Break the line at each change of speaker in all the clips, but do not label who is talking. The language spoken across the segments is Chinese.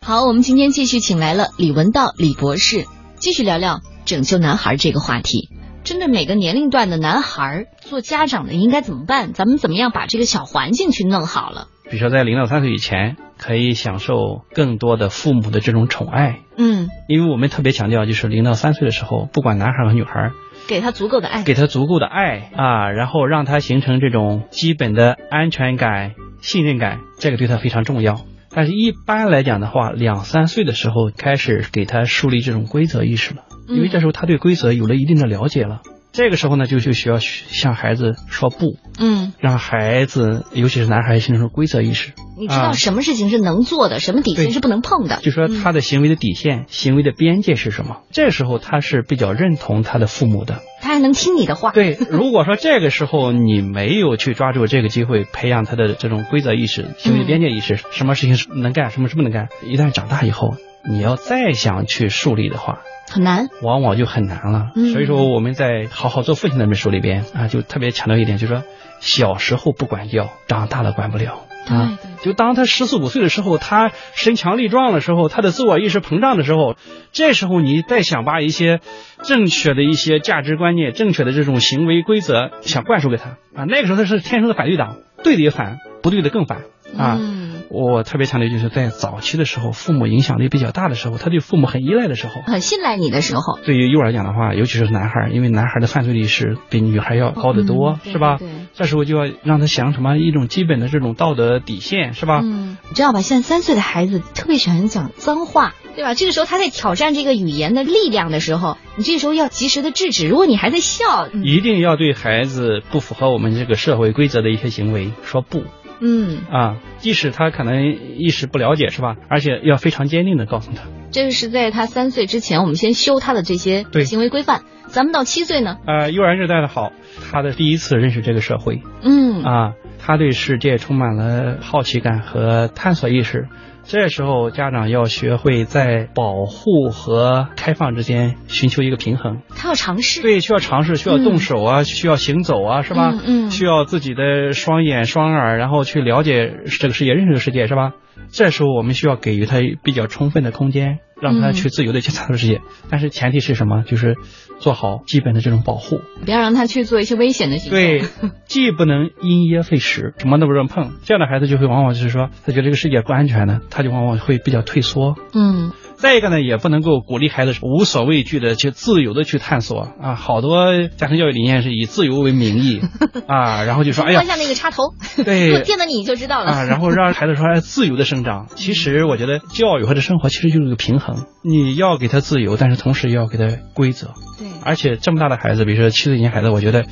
好，我们今天继续请来了李文道李博士，继续聊聊拯救男孩这个话题。针对每个年龄段的男孩，做家长的应该怎么办？咱们怎么样把这个小环境去弄好了？
比如说在零到三岁以前，可以享受更多的父母的这种宠爱，
嗯，
因为我们特别强调，就是零到三岁的时候，不管男孩和女孩，
给他足够的爱。
给他足够的爱啊，然后让他形成这种基本的安全感、信任感，这个对他非常重要。但是，一般来讲的话，两三岁的时候开始给他树立这种规则意识了，
嗯
因为这时候他对规则有了一定的了解了。这个时候呢，就就需要向孩子说不，
嗯，
让孩子，尤其是男孩，形成规则意识。
你知道
啊
什么事情是能做的，什么底线
对
是不能碰的。
就说他的行为的底线、行为的边界是什么？这时候他是比较认同他的父母的。
他还能听你的话。
对，如果说这个时候你没有去抓住这个机会，培养他的这种规则意识、行为边界意识，什么事情是能干，什么是不能干，一旦长大以后，你要再想去树立的话，
很难。
往往就很难了。
嗯
所以说，我们在《好好做父亲》那本书里边啊，就特别强调一点，就是说小时候不管教，长大了管不了。啊，
对
就当他十四五岁的时候，他身强力壮的时候，他的自我意识膨胀的时候，这时候你再想把一些正确的一些价值观念、正确的这种行为规则想灌输给他啊，那个时候他是天生的反对党，对的也反，不对的更反啊。
嗯，
我特别强调，就是在早期的时候，父母影响力比较大的时候，他对父母很依赖的时候，
很信赖你的时候，
对于幼儿讲的话，尤其是男孩儿，因为男孩儿的犯罪率是比女孩要高得多，
嗯对
是吧？
对对
这时候就要让他想什么一种基本的这种道德底线，是吧？
嗯，你知道吧？现在三岁的孩子特别喜欢讲脏话，对吧？这个时候他在挑战这个语言的力量的时候，你这个时候要及时的制止。如果你还在笑，嗯
一定要对孩子不符合我们这个社会规则的一些行为说不
嗯，
啊，即使他可能一时不了解，是吧？而且要非常坚定的告诉他，
这个是在他三岁之前，我们先修他的这些
对
行为规范。咱们到七岁呢，
呃，幼儿园时代的好，他的第一次认识这个社会，
嗯，
啊，他对世界充满了好奇感和探索意识。这时候，家长要学会在保护和开放之间寻求一个平衡。
他要尝试。
对，需要尝试，需要动手啊，需要行走啊，是吧？
嗯嗯
需要自己的双眼、双耳，然后去了解这个世界，认识这个世界，是吧？这时候，我们需要给予他比较充分的空间，让
嗯
他去自由的去探索世界。但是前提是什么？就是做好基本的这种保护。
不要让他去做一些危险的行为。
对，既不能因噎废食，什么都不让碰，这样的孩子就会往往就是说，他觉得这个世界不安全呢，他就往往会比较退缩。
嗯，
再一个呢，也不能够鼓励孩子无所畏惧的去自由的去探索啊，好多家庭教育理念是以自由为 名义啊，然后就说哎呀
关一下那个插头，
对
我电了你就知道了。
啊，然后让孩子说哎自由的生长。其实我觉得教育和这生活其实就是一个平衡，你要给他自由，但是同时也要给他规则。
对，
而且这么大的孩子，比如说七岁以前孩子，我觉得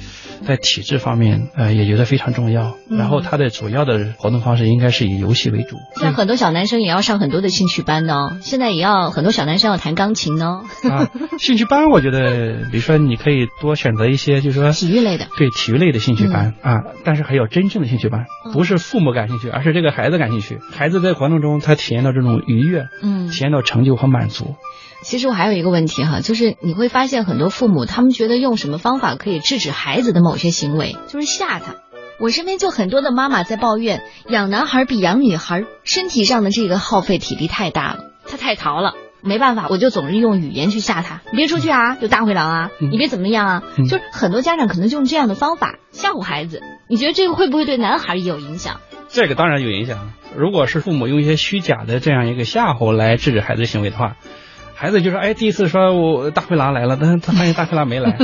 在体制方面，呃，也觉得非常重要。
嗯
然后他的主要的活动方式应该是以游戏为主。
像很多小男生也要上很多的兴趣班的哦，现在也要很多小男生要弹钢琴呢、哦，
啊，兴趣班，我觉得，比如说你可以多选择一些，就是说
体育类的。
对体育类的兴趣班、啊，但是还有真正的兴趣班，
嗯
不是父母感兴趣，而是这个孩子感兴趣。孩子在活动中，他体验到这种愉悦，
嗯，
体验到成就和满足。
其实我还有一个问题哈，就是你会发现很多父母他们觉得用什么方法可以制止孩子的某些行为，就是吓他。我身边就很多的妈妈在抱怨，养男孩比养女孩身体上的这个耗费体力太大了，他太淘了。没办法，我就总是用语言去吓他，你别出去啊，有大灰狼啊，
嗯
你别怎么样啊，
嗯
就是很多家长可能就用这样的方法吓唬孩子。你觉得这个会不会对男孩也有影响？
这个当然有影响。如果是父母用一些虚假的这样一个吓唬来制止孩子的行为的话，孩子就说：“哎，第一次说我大灰狼来了，但是他发现大灰狼 没来。”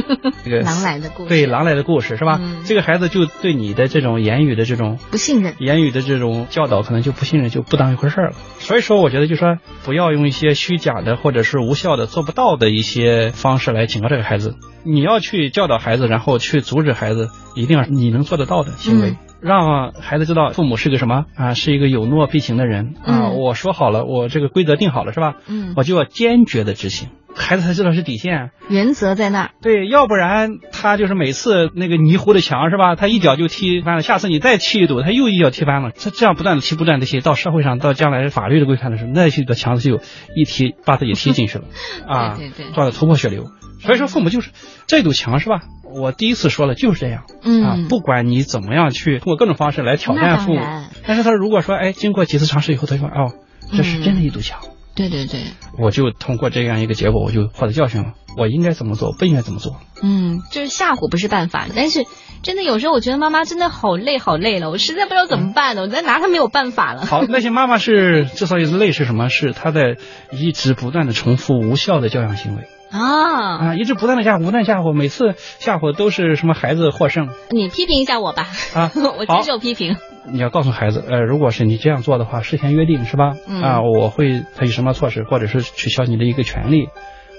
这个
狼来的故事，
对狼来的故事是吧？
嗯
这个孩子就对你的这种言语的这种
不信任。
言语的这种教导，可能就不信任，就不当一回事儿了。所以说，我觉得就说不要用一些虚假的或者是无效的、做不到的一些方式来警告这个孩子。你要去教导孩子，然后去阻止孩子，一定要你能做得到的行为。
嗯
让孩子知道父母是个什么啊，是一个有诺必行的人啊。
嗯
我说好了，我这个规则定好了是吧？
嗯，
我就要坚决的执行，孩子才知道是底线。啊
原则在那儿。
对，要不然他就是每次那个泥糊的墙是吧？他一脚就踢翻了，下次你再踢一堵，他又一脚踢翻了。他这样不断的踢，不断的踢，到社会上，到将来法律的规范的时候，那些的墙就一踢把自己踢进去了啊，
对对对
撞得头破血流。所以说，父母就是这堵墙是吧？我第一次说了就是这样、
嗯，
啊，不管你怎么样去通过各种方式来挑
那
战
当
父母
然，嗯
但是他如果说哎，经过几次尝试以后，他就说哦，这是真的一堵墙。
对对对，
我就通过这样一个结果，我就获得教训了，我应该怎么做，不应该怎么做。
嗯，就是吓唬不是办法，但是真的有时候我觉得妈妈真的好累好累了，我实在不知道怎么办了，我真拿她没有办法了。
好，那些妈妈是之所以累是什么？是她在一直不断的重复无效的教养行为
啊，
啊，一直不断的吓唬，不断地吓唬，每次吓唬都是什么孩子获胜
你批评一下 我吧，。
啊
我接
好
受批评。
你要告诉孩子，呃，如果是你这样做的话，事先约定是吧？
嗯
啊，我会采取什么措施，或者是取消你的一个权利，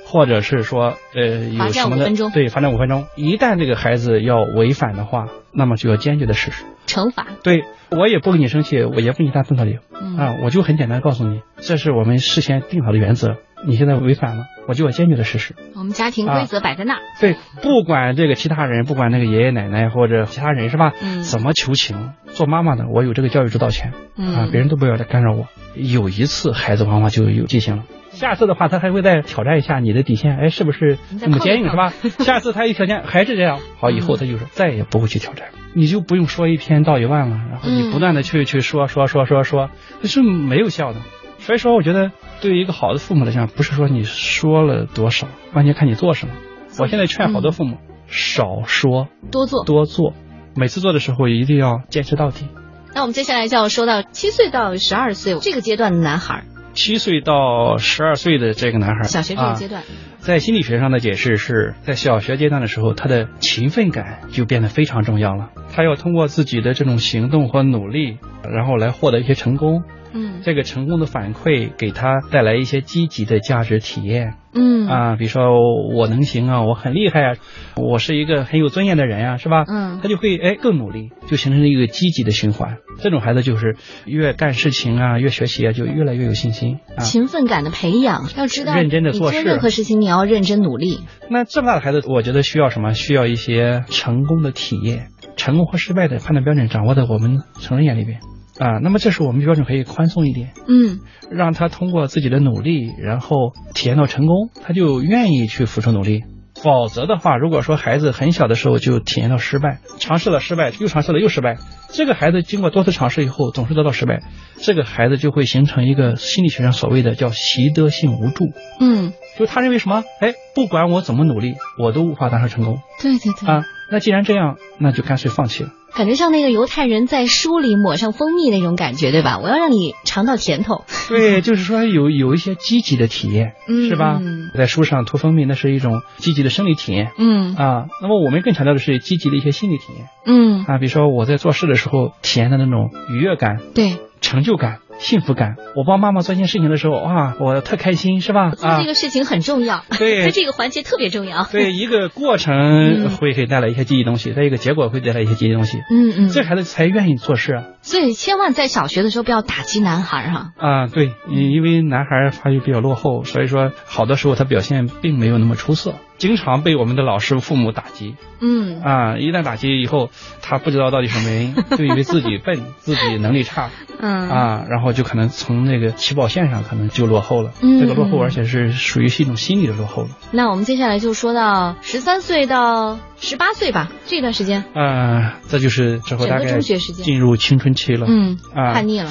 或者是说，呃，
罚
有
站
什么
5分钟
的对，罚站五分钟。一旦这个孩子要违反的话，那么就要坚决的实施。
惩罚，
对我也不跟你生气，我也不给你大分道理
嗯，
啊，我就很简单地告诉你，这是我们事先定好的原则，你现在违反了，我就要坚决的实施。
我们家庭规则摆在那儿，
对，不管这个其他人，不管那个爷爷奶奶或者其他人是吧？
嗯
怎么求情？做妈妈的，我有这个教育指导权、啊，
嗯，
别人都不要来干扰我。有一次，孩子往往就有记性了。下次的话，他还会再挑战一下你的底线，哎，是不是
你再
那么
靠
坚
一
硬是
靠
吧？下次他一挑战还是这样，好，以后他就是再也不会去挑战，你就不用说一篇道一万了，然后你不断的去去说说说说说，这是没有效的。所以说，我觉得对于一个好的父母来讲，不是说你说了多少，关键看你做什么。我现在劝好多父母，少说
多做。
多做，每次做的时候一定要坚持到底。
那我们接下来就要说到七岁到十二岁这个阶段的男孩，
七岁到十二岁的这个男孩，
小学这个阶段，
啊，在心理学上的解释是在小学阶段的时候，他的勤奋感就变得非常重要了。他要通过自己的这种行动和努力，然后来获得一些成功。
嗯
这个成功的反馈给他带来一些积极的价值体验
嗯
啊，比如说我能行啊，我很厉害啊，我是一个很有尊严的人啊，是吧？
嗯
他就会哎更努力，就形成了一个积极的循环。这种孩子就是越干事情啊，越学习啊，就越来越有信心啊。
勤奋感的培养，要知道
认真地做
你
事
做任何事情你要认真努力。
那这么大的孩子，我觉得需要什么？需要一些成功的体验，成功和失败的判断标准掌握在我们成人眼里边啊。那么这时候我们标准可以宽松一点，
嗯
让他通过自己的努力，然后体验到成功，他就愿意去付出努力。否则的话，如果说孩子很小的时候就体验到失败，尝试了失败，又尝试了又失败，这个孩子经过多次尝试以后，总是得到失败，这个孩子就会形成一个心理学上所谓的叫习得性无助，
嗯，
就是他认为什么，哎，不管我怎么努力，我都无法达成成功
对对对，
啊。那既然这样，那就干脆放弃了。
感觉像那个犹太人在书里抹上蜂蜜那种感觉，对吧？我要让你尝到甜头。
对，就是说有有一些积极的体验，
嗯
是吧
嗯？
在书上涂蜂蜜，那是一种积极的生理体验
嗯
啊。那么我们更强调的是积极的一些心理体验
嗯，
啊，比如说我在做事的时候体验的那种愉悦感、
对，
成就感、幸福感。我帮妈妈做一件事情的时候，哇，我特开心，是吧？
做
啊
这，个事情很重要，
对
在这个环节特别重要。
对，一个过
嗯
程会给带来一些积极东西，再一个结果会带来一些积极东西，
嗯嗯，
这孩子才愿意做事啊。
所以千万在小学的时候不要打击男孩哈、
啊，对，嗯，因为男孩发育比较落后，所以说好多时候他表现并没有那么出色，经常被我们的老师、父母打击
嗯，
啊。一旦打击以后，他不知道到底什么 原因，就以为自己笨、自己能力差
嗯
啊，然后就可能从那个起跑线上可能就落后了。
嗯
这个落后，而且是属于是一种心理的落后了。
那我们接下来就说到十三岁到十八岁吧，这段时间，
啊，这就是之后
整
大
个
概
中学时间
进入青春期了。
嗯，
啊
叛逆了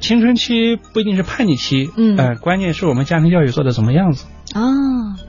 青春期不一定是叛逆期，
嗯
呃，关键是我们家庭教育做的怎么样子。
哦，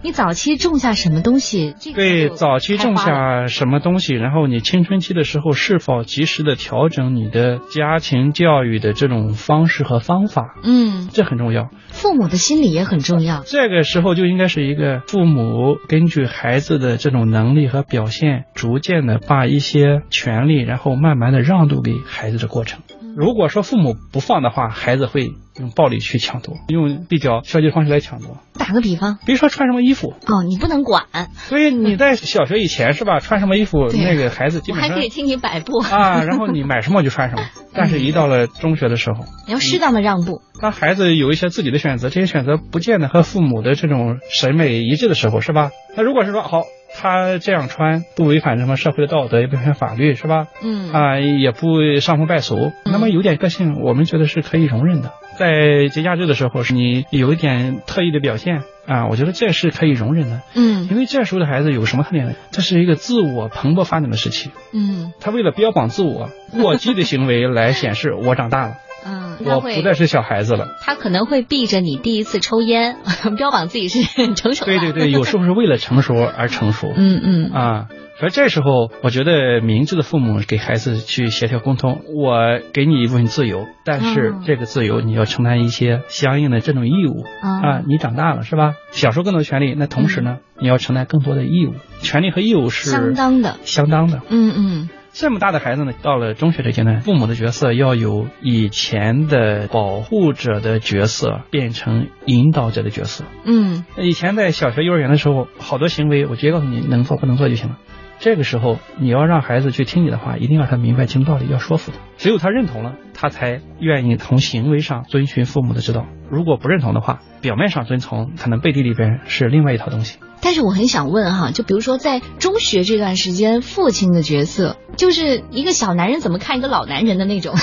你早期种下什么东西？这个
对，
就
早期
开
种
花了，
下什么东西，然后你青春期的时候是否及时的调整你的家庭教育的这种方式和方法，
嗯，
这很重要。
父母的心理也很重要，
这个时候就应该是一个父母根据孩子的这种能力和表现，逐渐的把一些权利，然后慢慢的让渡给孩子的过程。如果说父母不放的话，孩子会用暴力去抢夺，用比较消极的方式来抢夺。
打个比方，
别说穿什么衣服，
哦，你不能管，
所以你在小学以前是吧，穿什么衣服，
对
那个孩子基
我
本
还
上
可以听你摆布，
啊，然后你买什么就穿什么。但是，一到了中学的时候，
你要适当的让步，
当孩子有一些自己的选择，这些选择不见得和父母的这种审美一致的时候，是吧？那如果是说好，他这样穿不违反什么社会的道德，也不违反法律，是吧？
嗯，
啊，也不伤风败俗，那么有点个性，我们觉得是可以容忍的。在节假日的时候，是你有一点特异的表现啊，我觉得这是可以容忍的，
嗯
因为这时候的孩子有什么特点呢？这是一个自我蓬勃发展的时期。
嗯
他为了标榜自我，过激的行为来显示我长大了。
嗯，那
我
会
不再是小孩子了。
他可能会避着你第一次抽烟， 标榜自己是成熟。
对对，对，有时候是为了成熟而成熟。
嗯嗯
啊，所以这时候我觉得明智的父母给孩子去协调沟通，我给你一部分自由，但是
嗯
这个自由你要承担一些相应的这种义务。啊，
啊，
你长大了是吧？享受更多的权利，那同时呢，你要承担更多的义务，权利和义务
嗯
是
相当的
相当的。
嗯嗯
这么大的孩子呢，到了中学这阶段，父母的角色要由以前的保护者的角色变成引导者的角色。
嗯
以前在小学、幼儿园的时候，好多行为我直接告诉你能做不能做就行了。这个时候，你要让孩子去听你的话，一定要让他明白其中道理，要说服他。只有他认同了，他才愿意从行为上遵循父母的指导。如果不认同的话，表面上遵从，可能背地里边是另外一套东西。
但是我很想问哈，就比如说在中学这段时间，父亲的角色就是一个小男人怎么看一个老男人的那 种。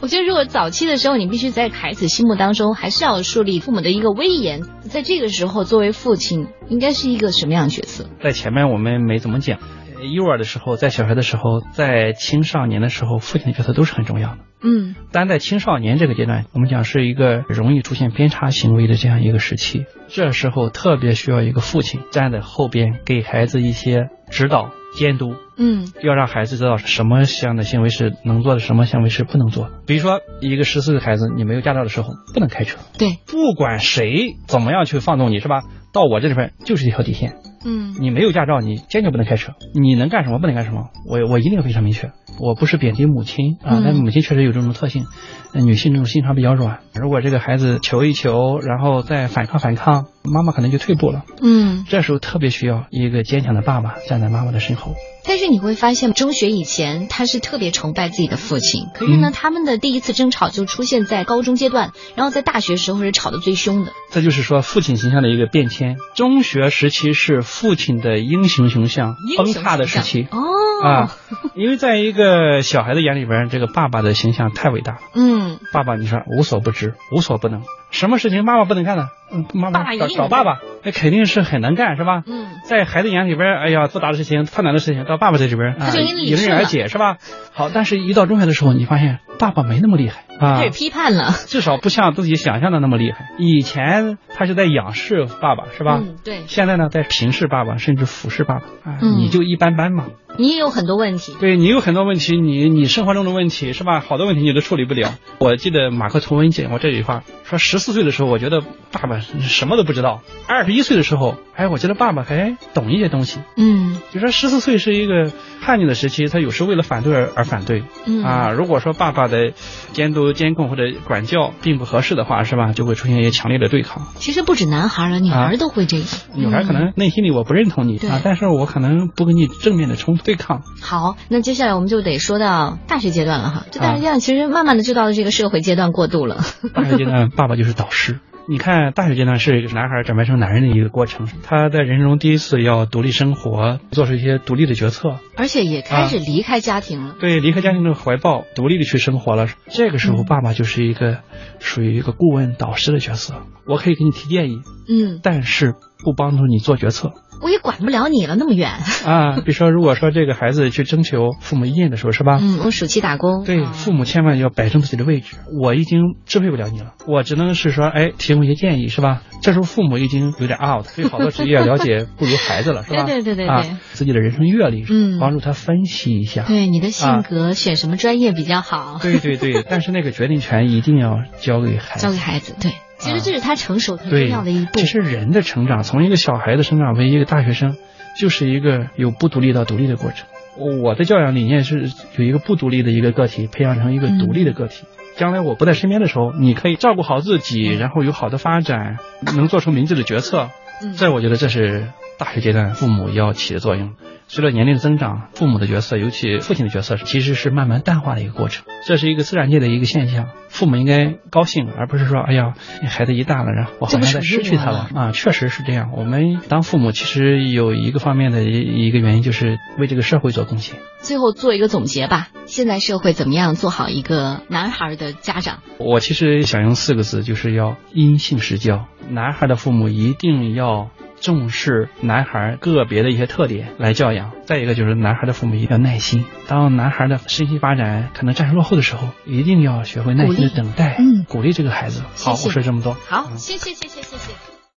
我觉得如果早期的时候，你必须在孩子心目当中还是要树立父母的一个威严，在这个时候作为父亲应该是一个什么样的角色？
在前面我们没怎么讲，呃幼儿的时候，在小学的时候，在青少年的时候，父亲的角色都是很重要的。
嗯
单在青少年这个阶段，我们讲是一个容易出现偏差行为的这样一个时期，这时候特别需要一个父亲站在后边给孩子一些指导、监督，
嗯
要让孩子知道什么样的行为是能做的，什么行为是不能做的。比如说，一个十四岁的孩子，你没有驾照的时候不能开车，
对
不管谁怎么样去放纵你，是吧？到我这里边就是一条底线，
嗯
你没有驾照，你坚决不能开车。你能干什么，不能干什么，我我一定要非常明确。我不是贬低母亲啊，
嗯
但母亲确实有这种特性，呃女性这种心肠比较软。如果这个孩子求一求，然后再反抗反抗，妈妈可能就退步了。
嗯。
这时候特别需要一个坚强的爸爸站在妈妈的身后。
但是你会发现，中学以前他是特别崇拜自己的父亲，可是呢，他们的第一次争吵就出现在高中阶段，然后在大学时候是吵得最凶的。
这就是说父亲形象的一个变迁。中学时期是父亲的英雄形象崩塌的时期。
哦，
啊，因为在一个小孩子眼里边，这个爸爸的形象太伟大了。
嗯，
爸爸，你说无所不知，无所不能，什么事情妈妈不能干呢？嗯，妈
爸爸
妈
一
找
定
找爸爸，那肯定是很难干，是吧？
嗯，
在孩子眼里边，哎呀，复杂的事情、太难的事情，到爸爸这里边
他
啊，
就给你理
迎刃
顺
而
了
解，是吧？好，但是一到中学的时候，你发现爸爸没那么厉害啊
开，始批判了，
至少不像自己想象的那么厉害。以前他是在仰视爸爸，是吧？
嗯，对
现在呢，在平视爸爸，甚至俯视爸爸啊，
嗯
你就一般般嘛。
你也有很多问题。
对你有很多问题，你你生活中的问题是吧？好多问题你都处理不了。我记得马克吐温讲过这句话，说十四岁的时候，我觉得爸爸什么都不知道；二十一岁的时候，哎，我觉得爸爸还懂一些东西。
嗯
就说十四岁是一个叛逆的时期，他有时为了反对而而反对
嗯
啊。如果说爸爸的监督、监控或者管教并不合适的话，是吧？就会出现一些强烈的对抗。
其实不止男孩了，女孩都会这个。
女孩可
嗯
能内心里我不认同你、
对
啊，但是我可能不跟你正面的冲对抗。
好，那接下来我们就得说到大学阶段了
啊
哈。这大学阶段其实慢慢的就到了这个社会阶段过渡 了。
大学阶段，爸爸就是导师。你看，大学阶段是一个男孩长变成男人的一个过程，他在人生中第一次要独立生活，做出一些独立的决策，
而且也开始离开家庭了。
对，离开家庭的怀抱，独立的去生活了。这个时候，
嗯
爸爸就是一个属于一个顾问、导师的角色。我可以给你提建议，
嗯，
但是不帮助你做决策
我也管不了你了，那么远。
啊。比如说，如果说这个孩子去征求父母意见的时候，是吧？
嗯，我暑期打工。
对，
啊
父母千万要摆正自己的位置。我已经支配不了你了，我只能是说，哎，提供一些建议，是吧？这时候父母已经有点 out，对 好多职业了解不如孩子了，是吧？
对对对对对
啊，自己的人生阅历，
嗯
帮助他分析一下。
对你的性格，选什么专业比较好，
啊对对对，但是那个决定权一定要交给孩
交
子
给。孩子。对，其实这是他成熟很重
啊对
要的一，步
其。实人的成长，从一个小孩的成长为一个大学生，就是一个有不独立到独立的过程。我我的教养理念是有一个不独立的一个个体，培养成一个独立的个
嗯
体。将来我不在身边的时候，你可以照顾好自己，然后有好的发展，能做出明智的决策。
嗯，
这我觉得这是大学阶段父母要起的作用。随着年龄的增长，父母的角色，尤其父亲的角色，其实是慢慢淡化的一个过程。这是一个自然界的一个现象。父母应该高兴，而不是说，哎呀，孩子一大了，然后我好像在失去他了啊！确实是这样。我们当父母，其实有一个方面的一一个原因，就是为这个社会做贡献。
最后做一个总结吧。现在社会怎么样做好一个男孩的家长？
我其实想用四个字，就是要因信施教。男孩的父母一定要重视男孩个别的一些特点来教养。再一个就是男孩的父母一定要耐心，当男孩的身心发展可能暂时落后的时候，一定要学会耐心的等待，
嗯
鼓励这个孩子。好，
谢谢
我说这么多。
好，
嗯
谢谢谢谢谢谢。